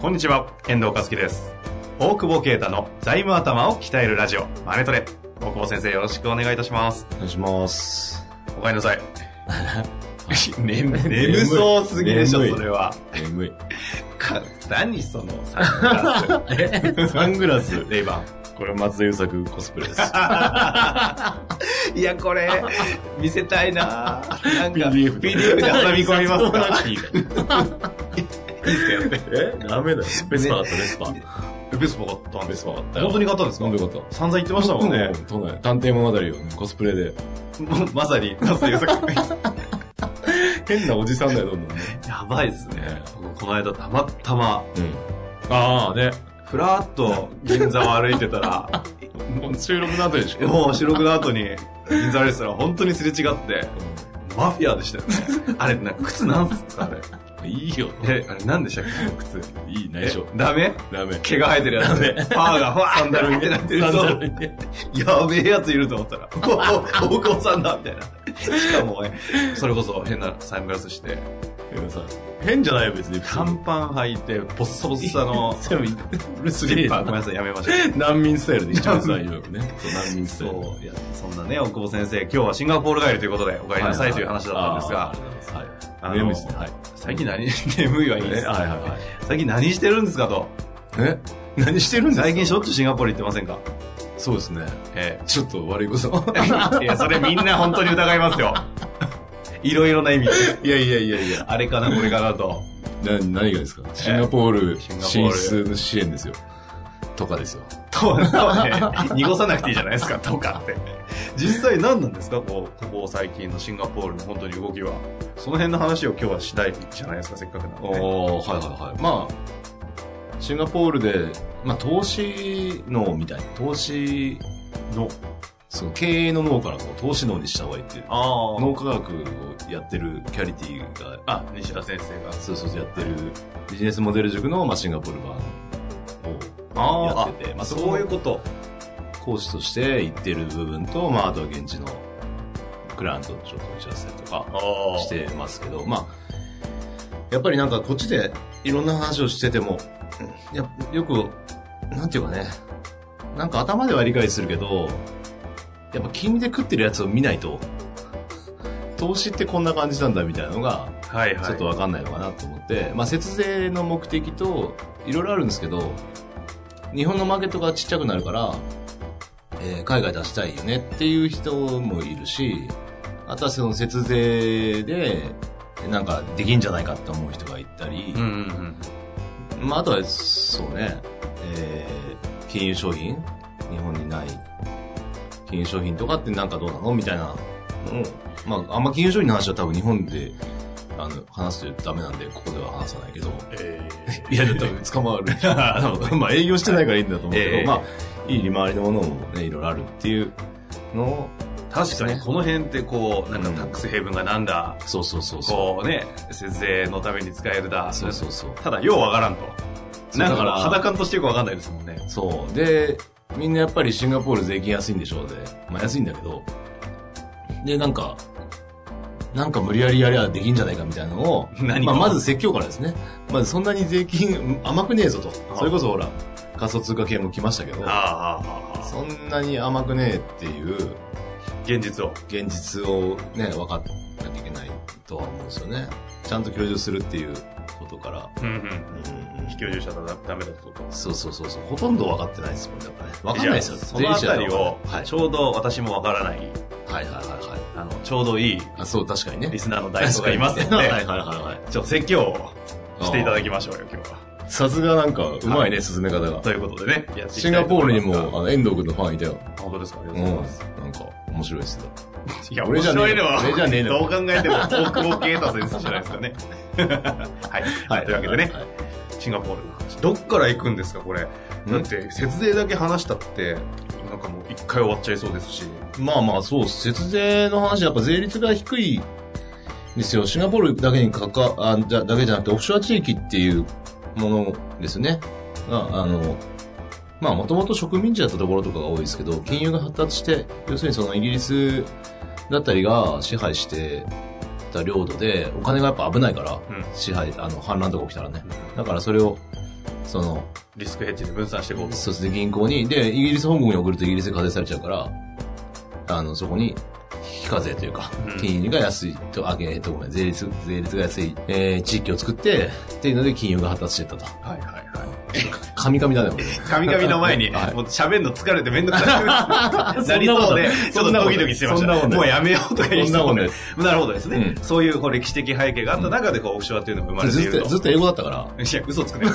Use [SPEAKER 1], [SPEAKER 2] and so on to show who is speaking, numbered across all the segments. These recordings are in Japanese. [SPEAKER 1] こんにちは、遠藤和樹です。大久保啓太の財務頭を鍛えるラジオ、マネトレ。大久保先生、よろしくお願いいたします。
[SPEAKER 2] お願いし ます。
[SPEAKER 1] おかえりなさい。ね、眠そうすぎでしょ、
[SPEAKER 2] 眠い
[SPEAKER 1] それは。
[SPEAKER 2] 眠い。
[SPEAKER 1] か何そのサングラ
[SPEAKER 2] サングラス
[SPEAKER 1] ス。。レイバ
[SPEAKER 2] これ松田優作コスプレ です。
[SPEAKER 1] ン。 いや、これ、見せたいな なんか、
[SPEAKER 2] PDF で
[SPEAKER 1] PDF で挟み込みますか
[SPEAKER 2] いいね
[SPEAKER 1] いいっすかやって。
[SPEAKER 2] えダメだよ。ベスパだった、ベス パ。
[SPEAKER 1] ベスパ買ったんですか
[SPEAKER 2] 買ったよ
[SPEAKER 1] 本当に買ったんですか
[SPEAKER 2] なんでこと
[SPEAKER 1] 散々言ってましたもんね。
[SPEAKER 2] そうだよ。探偵物語よ。コスプレで。
[SPEAKER 1] まさに、まさに、
[SPEAKER 2] 変なおじさんだよ、どんどんね。
[SPEAKER 1] やばいですね。この間、たまたま、
[SPEAKER 2] うん。ああ、ね。
[SPEAKER 1] ふらーっと銀座を歩いてたら、
[SPEAKER 2] もう収録の後でしょ。
[SPEAKER 1] もう収録の後に銀座歩いてたら本当にすれ違って、マフィアでしたよね。あれ、な靴なんすかあれ。
[SPEAKER 2] いいよ。
[SPEAKER 1] え、あれ何でしたっけあの靴。
[SPEAKER 2] いい内
[SPEAKER 1] え
[SPEAKER 2] 緒。
[SPEAKER 1] ダメ
[SPEAKER 2] ダメ。
[SPEAKER 1] 毛が生えてるやつで、パーがファーサンダルみたいになってる
[SPEAKER 2] サンダル
[SPEAKER 1] と、
[SPEAKER 2] にね
[SPEAKER 1] やべえやついると思ったら、おお、大久保さんだみたいな。しかも、えそれこそ変なサングラスして、
[SPEAKER 2] でもさ変じゃないよ、別に。
[SPEAKER 1] 短パン履いて、ボッサボッサの、
[SPEAKER 2] でもうる
[SPEAKER 1] ス
[SPEAKER 2] せ
[SPEAKER 1] リ
[SPEAKER 2] え
[SPEAKER 1] ッパ、ごめんなさい、やめました。
[SPEAKER 2] 難民スタイルで一番最上ね。 そう、難民スタイル。
[SPEAKER 1] そう、いや、そんなね、大久保先生、今日はシンガポール帰りということで、お帰りなさいという話だったんですが
[SPEAKER 2] あー、、ありがとうございます
[SPEAKER 1] あ
[SPEAKER 2] は
[SPEAKER 1] の
[SPEAKER 2] い。眠いですね。はい。
[SPEAKER 1] 最近何、眠いはいいです。
[SPEAKER 2] はいはいはい。
[SPEAKER 1] 最近何してるんですかと。
[SPEAKER 2] え何してるんですか
[SPEAKER 1] 最近しょっちゅうシンガポール行ってませんか
[SPEAKER 2] そうですね。
[SPEAKER 1] え
[SPEAKER 2] ちょっと悪いこと。
[SPEAKER 1] え いや、それみんな本当に疑いますよ。 いろいろな意味で。
[SPEAKER 2] いやいやいやいや。
[SPEAKER 1] あれかな、これかな と。
[SPEAKER 2] な、何がですかシンガポール
[SPEAKER 1] シンガポー
[SPEAKER 2] 進
[SPEAKER 1] ル
[SPEAKER 2] 出の支援ですよ。とかですよ。
[SPEAKER 1] と、とね、濁さなくていいじゃないですか、とかって。実際何なんですかこう、ここ最近のシンガポールの本当に動きは。その辺の話を今日はしたいじゃないですか、せっかくなので。
[SPEAKER 2] おー、はいはいはい。まあ、シンガポールで、まあ投資脳みたいな、投資の、その経営の脳からこう投資脳にした方がいいっていう。
[SPEAKER 1] あ
[SPEAKER 2] 脳科学をやってるキャリティが、
[SPEAKER 1] あ、西田先生が。
[SPEAKER 2] そうそうそうやってるビジネスモデル塾の、まあ、シンガポール版
[SPEAKER 1] あ
[SPEAKER 2] をや
[SPEAKER 1] ー
[SPEAKER 2] ってて、ま
[SPEAKER 1] あ、
[SPEAKER 2] あ、そ
[SPEAKER 1] そう
[SPEAKER 2] こ
[SPEAKER 1] いう
[SPEAKER 2] いう
[SPEAKER 1] こと。
[SPEAKER 2] 講師として行ってる部分と、まあ、あとは現地のクライアントとちょっと打ち合わせとか
[SPEAKER 1] あ
[SPEAKER 2] し
[SPEAKER 1] して
[SPEAKER 2] てますけど、まあ、やっぱりなんかこっちでいろんな話をしてても、いやよく、なんていうかね、なんか頭では理解するけど、やっぱ金利で食ってるやつを見ないと、投資ってこんな感じなんだみたいなのが
[SPEAKER 1] はいはい。
[SPEAKER 2] ちょっとわかんないのかなと思って、まあ節税の目的といろいろあるんですけど、日本のマーケットがちっちゃくなるから、えー海外出したいよねっていう人もいるし、あとはその節税で、なんかできんじゃないかって思う人がいたり、
[SPEAKER 1] うんうんうん。
[SPEAKER 2] まああとはそうね、えー金融商品日本にない金融商品とかってなんかどうなのみたいなのをまああんま金融商品の話は多分日本であの話すとダメなんでここでは話さないけど
[SPEAKER 1] え
[SPEAKER 2] いやだって捕まる あのまあ営業してないからいいんだと思うけど、
[SPEAKER 1] ええ
[SPEAKER 2] まあいい利回りのものもねいろいろあるっていうのを
[SPEAKER 1] 確かにこの辺ってこう、なんか
[SPEAKER 2] うん
[SPEAKER 1] タックスヘイブンがなんだ、
[SPEAKER 2] そうそうそうそう
[SPEAKER 1] こうね、節税のために使えるだ。
[SPEAKER 2] そうそうそう
[SPEAKER 1] ただ、ようわからんと。
[SPEAKER 2] そう
[SPEAKER 1] なん
[SPEAKER 2] だ
[SPEAKER 1] か
[SPEAKER 2] から
[SPEAKER 1] 肌感としてよくわかんないですもんね。
[SPEAKER 2] そう。で、みんなやっぱりシンガポール税金安いんでしょうで。まあ安いんだけど。で、なんか、なんか無理やりやりゃできんじゃないかみたいなのを、
[SPEAKER 1] 何か
[SPEAKER 2] まあ、まず説教からですね。まずそんなに税金甘くねえぞと
[SPEAKER 1] あ。
[SPEAKER 2] それこそほら、仮想通貨系も来ましたけ
[SPEAKER 1] あ、
[SPEAKER 2] ど
[SPEAKER 1] あ、ああ、ああ。
[SPEAKER 2] そんなに甘くねえっていう
[SPEAKER 1] 現実を。
[SPEAKER 2] 現実をね、分かんなきゃいけないとは思うんですよね。ちゃんと享受するっていうことから。
[SPEAKER 1] うんうん。
[SPEAKER 2] うん
[SPEAKER 1] 非居住者だダメだと。
[SPEAKER 2] そうそうそうそう。ほとんど分かってないですもんね、やっぱね。分かんないですよ。
[SPEAKER 1] じゃあそのあたりを
[SPEAKER 2] は、い
[SPEAKER 1] ちょうど私もわからない、
[SPEAKER 2] はいはいはいはい。
[SPEAKER 1] あの、ちょうどいい
[SPEAKER 2] あ、そう、確かにね
[SPEAKER 1] リ。スナーの代表がいますの
[SPEAKER 2] は
[SPEAKER 1] で
[SPEAKER 2] いはいはい、は
[SPEAKER 1] ちょっと説教をしていただきましょうよ、今日は。
[SPEAKER 2] い。さすがなんか、うまいね、進め方が。
[SPEAKER 1] ということでね、やっていきたい
[SPEAKER 2] シンガポールにも、
[SPEAKER 1] と
[SPEAKER 2] あ
[SPEAKER 1] 思います
[SPEAKER 2] の、遠藤くんのファンいたよ。
[SPEAKER 1] 本当ですかありが
[SPEAKER 2] う
[SPEAKER 1] とう
[SPEAKER 2] ん。
[SPEAKER 1] ござい
[SPEAKER 2] な
[SPEAKER 1] ます。
[SPEAKER 2] んか、面白いですよ。
[SPEAKER 1] いや、
[SPEAKER 2] 俺
[SPEAKER 1] 面
[SPEAKER 2] じゃね
[SPEAKER 1] 白
[SPEAKER 2] え
[SPEAKER 1] いの
[SPEAKER 2] よ
[SPEAKER 1] は、
[SPEAKER 2] 俺じゃねえの
[SPEAKER 1] どう考えても、大久保啓太先生じゃないですかね。 はい、というわけでね、
[SPEAKER 2] はい
[SPEAKER 1] シンガポールの話。どっから行くんですか、これ。だって、節税だけ話したって、なんかもう一回終わっちゃいそうですし。
[SPEAKER 2] まあまあ、そうっす、節税の話、やっぱ税率が低いんですよ。シンガポールだけにかか、あじゃだけじゃなくて、オフショア地域っていうものですね。が、あの、まあ、もともと植民地だったところとかが多いですけど、金融が発達して、要するにそのイギリスだったりが支配してた領土で、お金がやっぱ危ないから、
[SPEAKER 1] うん
[SPEAKER 2] 支配、あの、反乱とか起きたらね。だからそれを、その、
[SPEAKER 1] リスクヘッジで分散していこうと。
[SPEAKER 2] そうですね、銀行に。で、イギリス本国に送るとイギリスで課税されちゃうから、あの、そこに、非課税というか
[SPEAKER 1] うん、
[SPEAKER 2] 金融が安いと、あ、えっと、ごめん、税率、税率が安い、えー、地域を作って、っていうので金融が発達してったと。
[SPEAKER 1] はいはいはい。
[SPEAKER 2] 神々だね、俺
[SPEAKER 1] 神々の前 に、
[SPEAKER 2] はい
[SPEAKER 1] もう喋るの疲れてめんどくさ くなりそうで、ち
[SPEAKER 2] そ
[SPEAKER 1] ょっと
[SPEAKER 2] んな
[SPEAKER 1] ド
[SPEAKER 2] こと
[SPEAKER 1] キドキしてました。
[SPEAKER 2] そんなもんです
[SPEAKER 1] もうやめようとか言い
[SPEAKER 2] そんな
[SPEAKER 1] そ
[SPEAKER 2] も
[SPEAKER 1] うんで。
[SPEAKER 2] です
[SPEAKER 1] なるほどですね。
[SPEAKER 2] う
[SPEAKER 1] そういうこう歴史的背景があった中で、こう、オフショアっていうのが生まれてい
[SPEAKER 2] ずっ
[SPEAKER 1] る
[SPEAKER 2] と、ず
[SPEAKER 1] と。
[SPEAKER 2] っと英語だったから、
[SPEAKER 1] いや、嘘つくね。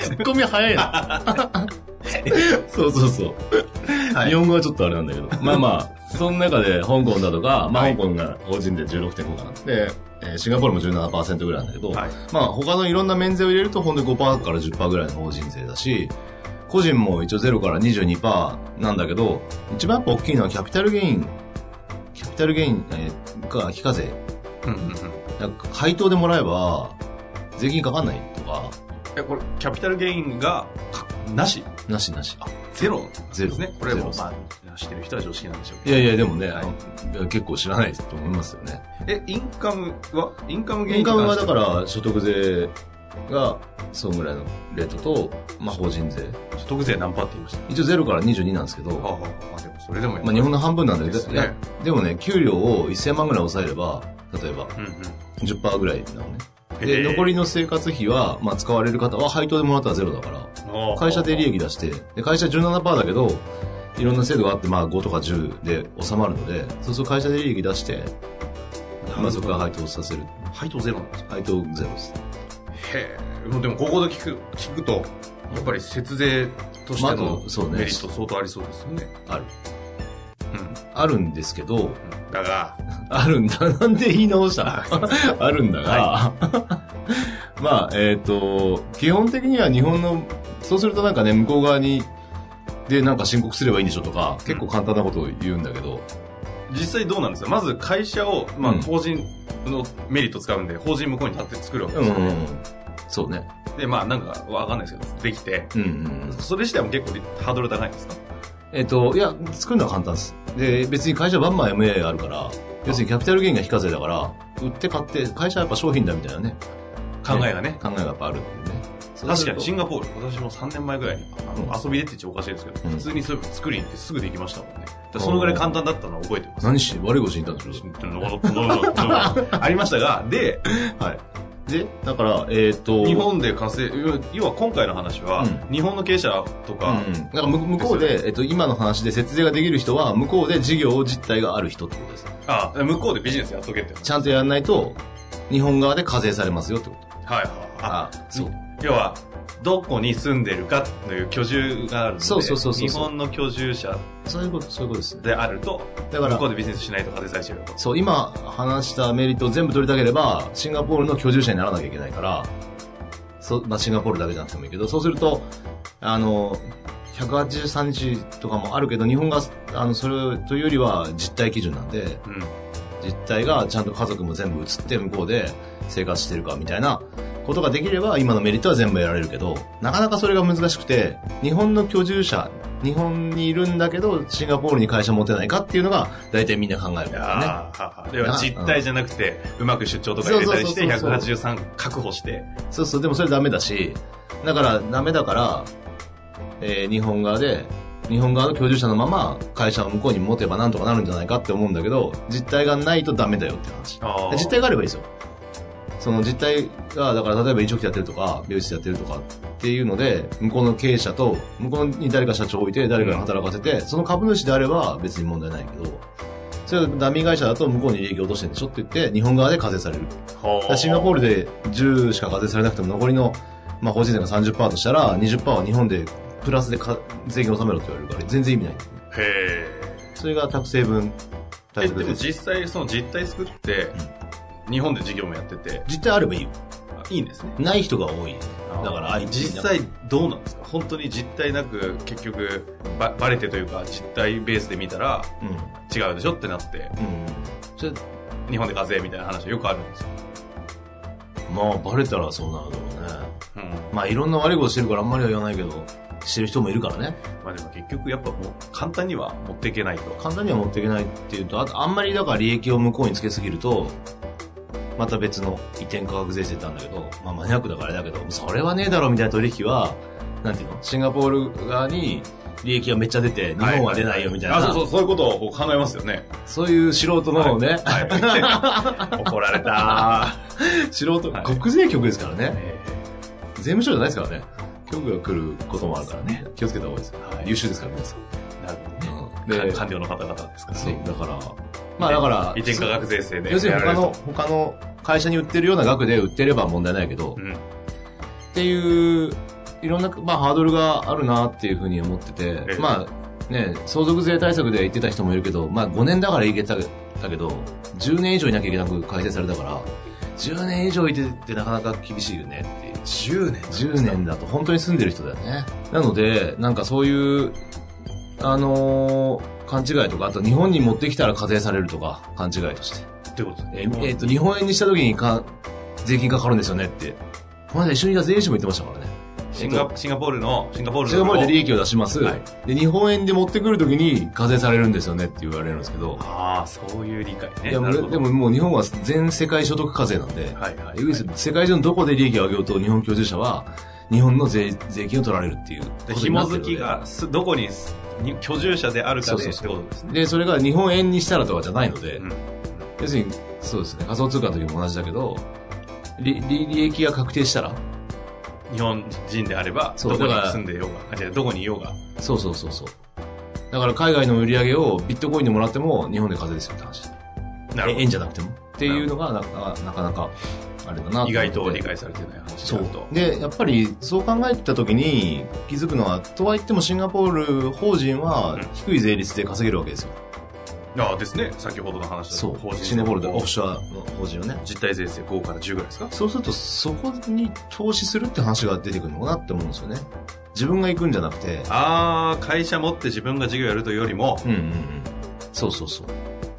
[SPEAKER 2] ツッコミ早いな。 そうそうそう。
[SPEAKER 1] はい
[SPEAKER 2] 日本語はちょっとあれなんだけど。まあま あ、その中で香港だとか、まあ香港が法人税16.5かな。で、えーシンガポールも17%ぐらいなんだけど、
[SPEAKER 1] はい
[SPEAKER 2] まあ他のいろんな免税を入れると本当に5%から10%ぐらいの法人税だし、個人も一応0から22%なんだけど、一番やっぱ大きいのはキャピタルゲイン、キャピタルゲイン、えーが非課税。
[SPEAKER 1] うんうんうん。
[SPEAKER 2] なんか配当でもらえば、税金かかんないとか、
[SPEAKER 1] え、これ、キャピタルゲインが、かなし
[SPEAKER 2] なしなし。
[SPEAKER 1] ゼロなんです
[SPEAKER 2] ゼ
[SPEAKER 1] ね
[SPEAKER 2] ロ。
[SPEAKER 1] これも、
[SPEAKER 2] ゼ
[SPEAKER 1] まあ、知ってる人は常識なんでしょう
[SPEAKER 2] い
[SPEAKER 1] けど。
[SPEAKER 2] やいや、でもね、
[SPEAKER 1] はい
[SPEAKER 2] あの結構知らないと思いますよね。
[SPEAKER 1] え、インカムはインカムゲイン、
[SPEAKER 2] 年間はだからら、所得税が、そのぐらいのレートと、まあ、法人税。
[SPEAKER 1] 所得税何パーって言いました
[SPEAKER 2] 一応0から22なんですけ
[SPEAKER 1] ああ、
[SPEAKER 2] ど、
[SPEAKER 1] ああでもそれでもやっ
[SPEAKER 2] ま
[SPEAKER 1] ぱ
[SPEAKER 2] あ、
[SPEAKER 1] り
[SPEAKER 2] 日本の半分なんで、
[SPEAKER 1] ですね
[SPEAKER 2] いやでもね、給料を1000万ぐらい抑えれば、例えば
[SPEAKER 1] うん
[SPEAKER 2] 10%ぐらいなのね。
[SPEAKER 1] うん。
[SPEAKER 2] で、
[SPEAKER 1] へえ
[SPEAKER 2] 残りの生活費は、まあ、使われる方は配当でもらったらゼロだから、
[SPEAKER 1] ああ
[SPEAKER 2] 会社で利益出して、で、会社17%だけど、いろんな制度があって、まあ、5とか10で収まるので、そうすると会社で利益出して、まあ、そこから配当させる。
[SPEAKER 1] 配当ゼロなんですか
[SPEAKER 2] 配当ゼロです。
[SPEAKER 1] へえ。もうでも、ここで聞く、聞くと、やっぱり節税として
[SPEAKER 2] まあ
[SPEAKER 1] の
[SPEAKER 2] あとそうね
[SPEAKER 1] メリット相当ありそうですよね。
[SPEAKER 2] ある。
[SPEAKER 1] うん
[SPEAKER 2] あるんですけど、
[SPEAKER 1] うん。だが、
[SPEAKER 2] あるんだ。 なんで言い直したあるんだが、 まあ、えっ、と、基本的には日本の、そうするとなんかね、向こう側に、で、なんか申告すればいいんでしょとか、結構簡単なことを言うんだけど、
[SPEAKER 1] 実際どうなんですかまず会社を、まあ、
[SPEAKER 2] うん
[SPEAKER 1] 法人のメリット使うんで、法人向こうに立って作るわけ
[SPEAKER 2] う
[SPEAKER 1] で
[SPEAKER 2] ん、
[SPEAKER 1] す
[SPEAKER 2] う
[SPEAKER 1] よ
[SPEAKER 2] んうん
[SPEAKER 1] ね。
[SPEAKER 2] そうね。
[SPEAKER 1] で、まあ、なんか、わかんないですけど、できて、
[SPEAKER 2] うん、うんうん。
[SPEAKER 1] それ自体も結構ハードル高いんですか
[SPEAKER 2] えっ、と、いや、作るのは簡単です。で、別に会社バンバン MA あるから、要するにキャピタルゲインが非課税だから、売って買って、会社はやっぱ商品だみたいなね。
[SPEAKER 1] 考えがね。
[SPEAKER 2] 考えがやっぱあるんでね。そう
[SPEAKER 1] 確
[SPEAKER 2] す
[SPEAKER 1] か
[SPEAKER 2] る
[SPEAKER 1] に
[SPEAKER 2] と
[SPEAKER 1] シンガポール、私も3年前ぐらいに、あの遊びでって言っちゃおかしいですけど、
[SPEAKER 2] うん
[SPEAKER 1] 普通にそういうの作りに行ってすぐできましたもんね。でそのぐらい簡単だったのは覚えてます。
[SPEAKER 2] 何し、悪いことしに行ったんでしょ
[SPEAKER 1] ありましたが、で、
[SPEAKER 2] で、だから、えっ、と、
[SPEAKER 1] 日本で稼い、要は今回の話は、
[SPEAKER 2] う
[SPEAKER 1] 日本の経営者とか、
[SPEAKER 2] うん、だから向向こうで、えっと、今の話で節税ができる人は、向こうで事業実態がある人ってことです。
[SPEAKER 1] あ、向こうでビジネスやっとけって話。
[SPEAKER 2] ちゃんとやらないと、日本側で課税されますよってこと。
[SPEAKER 1] はいはいはい。
[SPEAKER 2] そう。
[SPEAKER 1] 要は、どこに住んでるかという居住があるので、
[SPEAKER 2] そうそうそうそう
[SPEAKER 1] 日本の居住者
[SPEAKER 2] そういうこと、そういうことです。
[SPEAKER 1] であると、
[SPEAKER 2] だか
[SPEAKER 1] 向こう
[SPEAKER 2] ら、
[SPEAKER 1] でビジネスしないと風されちゃうよと。
[SPEAKER 2] そう、今話したメリットを全部取りたければ、シンガポールの居住者にならなきゃいけないから、そう、まあ、シンガポールだけじゃなくてもいいけど、そうすると、あの、183日とかもあるけど、日本が、あの、それというよりは実態基準なんで、
[SPEAKER 1] うん。
[SPEAKER 2] 実態がちゃんと家族も全部映って向こうで生活してるかみたいなことができれば今のメリットは全部得られるけど、なかなかそれが難しくて、日本の居住者、日本にいるんだけど、シンガポールに会社持てないかっていうのが大体みんな考えるんだよね。
[SPEAKER 1] ああ、では実態じゃなくて、うまく出張とか入れたりして、
[SPEAKER 2] そうそうそうそ
[SPEAKER 1] 183確保して、
[SPEAKER 2] そうそう、でもそれダメだし、だからダメだから、えー日本側で、日本側の居住者のまま会社を向こうに持てばなんとかなるんじゃないかって思うんだけど、実態がないとダメだよって話。
[SPEAKER 1] あー
[SPEAKER 2] で実態があればいいですよ。その実態が、だから例えば飲食店やってるとか、美容室やってるとかっていうので、向こうの経営者と、向こうに誰か社長を置いて、誰かに働かせて、その株主であれば別に問題ないけど、それはダミー会社だと向こうに利益を落としてんでしょって言って、日本側で課税される。
[SPEAKER 1] ほ
[SPEAKER 2] だか
[SPEAKER 1] う
[SPEAKER 2] らシンガポールで10しか課税されなくても残りの、まあ、法人税が30%としたら、20%は日本でプラスでか税金納めろって言われるから、全然意味ない。
[SPEAKER 1] え。
[SPEAKER 2] それがタク成分対
[SPEAKER 1] え、
[SPEAKER 2] 策
[SPEAKER 1] で
[SPEAKER 2] で
[SPEAKER 1] も
[SPEAKER 2] す。
[SPEAKER 1] 実際、その実態作って、日本で事業もやってて、
[SPEAKER 2] 実態あればいいよ。
[SPEAKER 1] あいいんですね。
[SPEAKER 2] ない人が多い。だから、あい
[SPEAKER 1] 実際どうなんですか本当に実態なく、結局ば、バレてというか、実態ベースで見たら、
[SPEAKER 2] うん。
[SPEAKER 1] 違うでしょってなって、
[SPEAKER 2] うん。それ
[SPEAKER 1] 日本で課税みたいな話はよくあるんですよ。
[SPEAKER 2] まあ、バレたらそうなるだろうね。
[SPEAKER 1] うん。
[SPEAKER 2] まあ、いろんな悪いことしてるからあんまりは言わないけど、してる人もいるからね。
[SPEAKER 1] まあでも結局、やっぱもう、簡単には持っていけないと。
[SPEAKER 2] 簡単には持っていけないっていうと、あとあんまりだから利益を向こうにつけすぎると、また別の移転価格税制ってあるんだけど、まあマニアックだからあれだけど、それはねえだろみたいな取引は、なんていうのシンガポール側に利益がめっちゃ出て、日本は出ないよみたいな、
[SPEAKER 1] あ、そうそう、そういうことを考えますよね。
[SPEAKER 2] そういう素人のね、
[SPEAKER 1] はい。怒られた
[SPEAKER 2] 素人、
[SPEAKER 1] はい
[SPEAKER 2] 国税局ですから
[SPEAKER 1] ー。
[SPEAKER 2] ね。
[SPEAKER 1] ね
[SPEAKER 2] 税務署じゃないですからね。局が来ることもあるからね。気をつけた方がいいです。優秀ですから、皆さん。
[SPEAKER 1] なるほど
[SPEAKER 2] で
[SPEAKER 1] ね。官僚の方々ですから
[SPEAKER 2] そう
[SPEAKER 1] ね。、
[SPEAKER 2] だから、まあだから、
[SPEAKER 1] 移転価格税制で。
[SPEAKER 2] 要するに他
[SPEAKER 1] やら
[SPEAKER 2] の、
[SPEAKER 1] れる
[SPEAKER 2] 他の会社に売ってるような額で売ってれば問題ないけど、
[SPEAKER 1] と。うん。
[SPEAKER 2] っていう、いろんな、まあハードルがあるなっていうふうに思って
[SPEAKER 1] え
[SPEAKER 2] て、
[SPEAKER 1] え
[SPEAKER 2] まあね、相続税対策で言ってた人もいるけど、まあ5年だからいけただけど、10年以上いなきゃいけなく改正されたから、10年以上いてってなかなか厳しいよねっていう。
[SPEAKER 1] 10年
[SPEAKER 2] 10年だと本当に住んでる人だよね。なので、なんかそういう、あのー勘違いとか、あと日本に持ってきたら課税されるとか、勘違いとして。
[SPEAKER 1] ってことです
[SPEAKER 2] え
[SPEAKER 1] ね。
[SPEAKER 2] っ、えーと、日本円にした時にか、税金かかるんですよねって。この間一緒にいた税理士も言ってましたからね。
[SPEAKER 1] シンガシンガポールの、シンガポールの。
[SPEAKER 2] シンガポールで利益を出します、
[SPEAKER 1] はい
[SPEAKER 2] で、日本円で持ってくる時に課税されるんですよねって言われるんですけど。
[SPEAKER 1] ああ、そういう理解ね。
[SPEAKER 2] いや、も
[SPEAKER 1] なるほ
[SPEAKER 2] う
[SPEAKER 1] ど
[SPEAKER 2] で、ももう日本は全世界所得課税なんで、
[SPEAKER 1] はいはい
[SPEAKER 2] 要するに世界中のどこで利益を上げようと日本居住者は、日本の税税金を取られるっていうこ
[SPEAKER 1] で
[SPEAKER 2] とにな
[SPEAKER 1] 紐
[SPEAKER 2] ってる
[SPEAKER 1] づ
[SPEAKER 2] ので
[SPEAKER 1] きが、すどこにす、に居住者であるかで、
[SPEAKER 2] そう
[SPEAKER 1] って
[SPEAKER 2] そう
[SPEAKER 1] ことですね。
[SPEAKER 2] で、それが日本円にしたらとかじゃないので、
[SPEAKER 1] うん
[SPEAKER 2] 要するに、そうですね、仮想通貨の時も同じだけど、利利利益が確定したら、
[SPEAKER 1] 日本人であれば、
[SPEAKER 2] そ
[SPEAKER 1] ど
[SPEAKER 2] う
[SPEAKER 1] こに
[SPEAKER 2] だから
[SPEAKER 1] 住んでようが、あ、じゃどこにいようが。
[SPEAKER 2] そうそうそうそう。だから海外の売り上げをビットコインでもらっても日本で風ですよって話。
[SPEAKER 1] な
[SPEAKER 2] え
[SPEAKER 1] るほ
[SPEAKER 2] 円じゃなくても。っていうのがなななかなかあれだな思
[SPEAKER 1] ど。
[SPEAKER 2] って
[SPEAKER 1] 意外と理解されてない話
[SPEAKER 2] そ
[SPEAKER 1] だ
[SPEAKER 2] う
[SPEAKER 1] と。
[SPEAKER 2] で、やっぱりそう考えてた時に気づくのは、とはいってもシンガポール法人は低い税率で稼げるわけですよ。
[SPEAKER 1] ああですね、先ほどの話だと法人
[SPEAKER 2] シンガポールでオ
[SPEAKER 1] 法
[SPEAKER 2] フショアの法人をね。
[SPEAKER 1] 実体税制5から10ぐらいですか
[SPEAKER 2] そうすると、そこに投資するって話が出てくるのかなって思うんですよね。自分が行くんじゃなくて、
[SPEAKER 1] ああ、会社持って自分が事業やるというよりも、
[SPEAKER 2] うんうんうん。そうそうそう。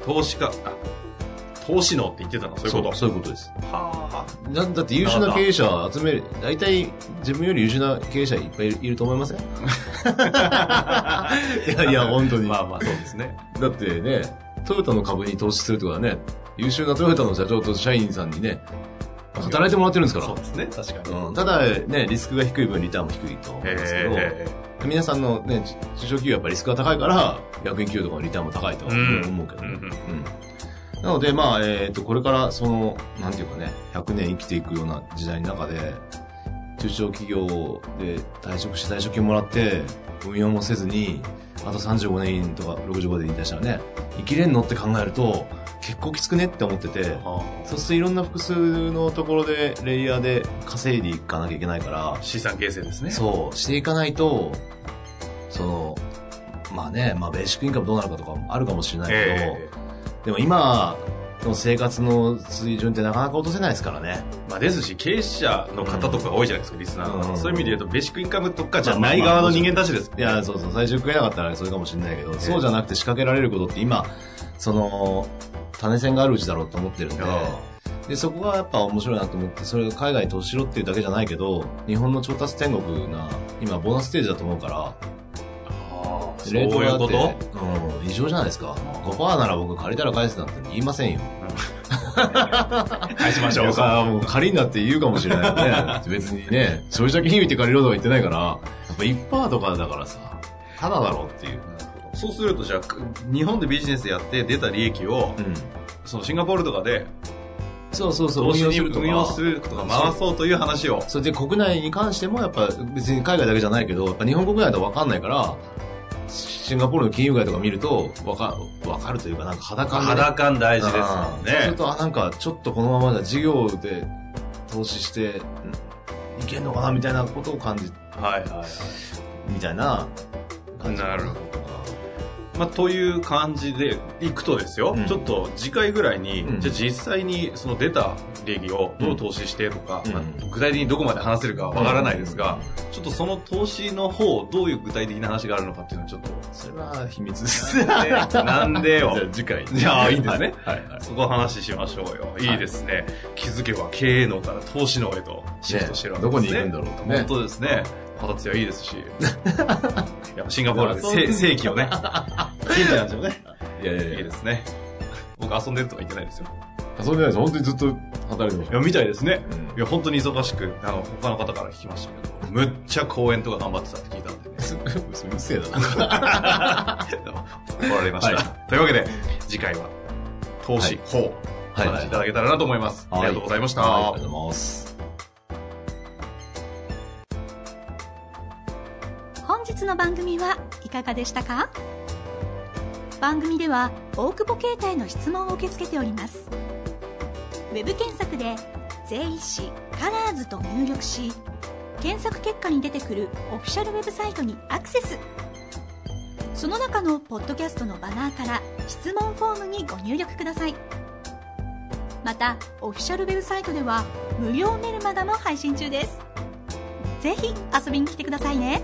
[SPEAKER 1] 投資家、あ、投資能って言ってたの、そういうこと。
[SPEAKER 2] そういうことです。
[SPEAKER 1] はあ。
[SPEAKER 2] だだって優秀な経営者集める、大体自分より優秀な経営者いっぱいいると思いません いやいや、本当に。
[SPEAKER 1] まあまあ、そうですね。
[SPEAKER 2] だってね、トヨタの株に投資するってことはね、優秀なトヨタの社長と社員さんにね、働いてもらってるんです
[SPEAKER 1] そう
[SPEAKER 2] か
[SPEAKER 1] ですね、確かに。
[SPEAKER 2] ら。うん、ただね、リスクが低い分リターンも低いと思うん
[SPEAKER 1] え
[SPEAKER 2] ですけど、
[SPEAKER 1] え
[SPEAKER 2] 皆さんのね、中小企業はやっぱりリスクが高いから、役員給与とかのリターンも高いとは
[SPEAKER 1] うん
[SPEAKER 2] 思うけど
[SPEAKER 1] う
[SPEAKER 2] ね。
[SPEAKER 1] んうん
[SPEAKER 2] うんなので、まあ、えっ、と、これから、その、なんていうかね、100年生きていくような時代の中で、中小企業で退職して退職金もらって、運用もせずに、あと35年とか65で引退したらね、生きれんのって考えると、結構きつくねって思ってて、
[SPEAKER 1] は
[SPEAKER 2] そうするといろんな複数のところで、レイヤーで稼いでいかなきゃいけないから
[SPEAKER 1] あ、資産形成ですね。
[SPEAKER 2] そう、していかないと、その、まあね、まあベーシックインカムどうなるかとかもあるかもしれないけど、
[SPEAKER 1] ええ
[SPEAKER 2] でも今の生活の水準ってなかなか落とせないですからね。
[SPEAKER 1] まあですし、経営者の方とかが多いじゃないですか、リスナーの
[SPEAKER 2] う
[SPEAKER 1] 方。
[SPEAKER 2] ん
[SPEAKER 1] そういう意味で言うと、ベーシックインカムとかじゃ
[SPEAKER 2] まあ
[SPEAKER 1] ない
[SPEAKER 2] まあまあ
[SPEAKER 1] 側の人間たちです。
[SPEAKER 2] いや、そうそう、最初食えなかったらそれかもしれないけど、そうじゃなくて仕掛けられることって今、その、種銭があるうちだろうと思ってるんで、で、そこがやっぱ面白いなと思って、それを海外に投資しろっていうだけじゃないけど、日本の調達天国な、今ボーナスステージだと思うから、
[SPEAKER 1] ああそう
[SPEAKER 2] レ
[SPEAKER 1] い
[SPEAKER 2] ートが
[SPEAKER 1] う
[SPEAKER 2] だ
[SPEAKER 1] こと
[SPEAKER 2] っ てうん、異常じゃないですか。5%なら僕借りたら返すなんて言いませんよ。
[SPEAKER 1] 返しましょう。
[SPEAKER 2] か、もう借りになって言うかもしれないよね。別にね、消費者金融って借りろとか言ってないから、やっぱ1%とかだからさ、ただだろうっていう。
[SPEAKER 1] そうすると、じゃあ、日本でビジネスやって出た利益を、
[SPEAKER 2] うん。
[SPEAKER 1] そのシンガポールとかで、
[SPEAKER 2] そうそうそう、
[SPEAKER 1] 投資
[SPEAKER 2] 運用
[SPEAKER 1] に
[SPEAKER 2] すると
[SPEAKER 1] 運用す
[SPEAKER 2] か。
[SPEAKER 1] るとか回そうという話を。
[SPEAKER 2] それで国内に関してもやっぱ別に海外だけじゃないけど、やっぱ日本国内だとわかんないから、シンガポールの金融街とか見ると、わか、わかるというか、なんか裸感
[SPEAKER 1] 感
[SPEAKER 2] で
[SPEAKER 1] 大
[SPEAKER 2] うんそうすると、あ、なんか、ちょっとこのままじゃ事業で投資して、んいけんのかなみたいなことを感じ
[SPEAKER 1] はいはいはい。
[SPEAKER 2] みたいな感じ
[SPEAKER 1] なるほまあ、という感じでいくとですよ、
[SPEAKER 2] うん
[SPEAKER 1] ちょっと次回ぐらいに、
[SPEAKER 2] うん
[SPEAKER 1] じゃあ実際にその出た利益をどう投資してとか、
[SPEAKER 2] うん
[SPEAKER 1] まあ具体的にどこまで話せるかはわからないですが、ちょっとその投資の方、どういう具体的な話があるのかっていうのはちょっ と、
[SPEAKER 2] それは秘密です
[SPEAKER 1] なんでよ
[SPEAKER 2] じゃあ次回
[SPEAKER 1] じゃあいいんですね
[SPEAKER 2] はい、はいはい
[SPEAKER 1] そこ話しましょうよ。いいですね。気づけば経営能から投資能へとシフトしてるわけ
[SPEAKER 2] ど
[SPEAKER 1] で
[SPEAKER 2] こ
[SPEAKER 1] す
[SPEAKER 2] に
[SPEAKER 1] ね。
[SPEAKER 2] いるんだろうとね
[SPEAKER 1] 本当ですね。二つはいい ですし。やっぱシンガポールでせ正規をね。 近所なんですよね。
[SPEAKER 2] いやいや
[SPEAKER 1] いい
[SPEAKER 2] いや
[SPEAKER 1] ですね。僕遊んでるとか言ってないですよ。
[SPEAKER 2] 遊んでないです本当にずっと働いてま
[SPEAKER 1] い
[SPEAKER 2] し
[SPEAKER 1] や、みたいですね。
[SPEAKER 2] たうん
[SPEAKER 1] いや、本当に忙しく、あの、他の方から聞きましたけど、むっちゃ公演とか頑張ってたって聞いた んでね。
[SPEAKER 2] うるせえだな。
[SPEAKER 1] 怒られました。というわけで、次回は、投資法、
[SPEAKER 2] はい
[SPEAKER 1] お話しいただけたらなと思います。
[SPEAKER 2] はい
[SPEAKER 1] ありがとうございました。
[SPEAKER 2] はいありがとうございます。
[SPEAKER 3] 本日の番組はいかがでしたか番組では大久保携帯の質問を受け付けておりますウェブ検索で「税理士カラーズと入力し検索結果に出てくるオフィシャルウェブサイトにアクセスその中のポッドキャストのバナーから質問フォームにご入力くださいまたオフィシャルウェブサイトでは無料メルマガも配信中ですぜひ遊びに来てくださいね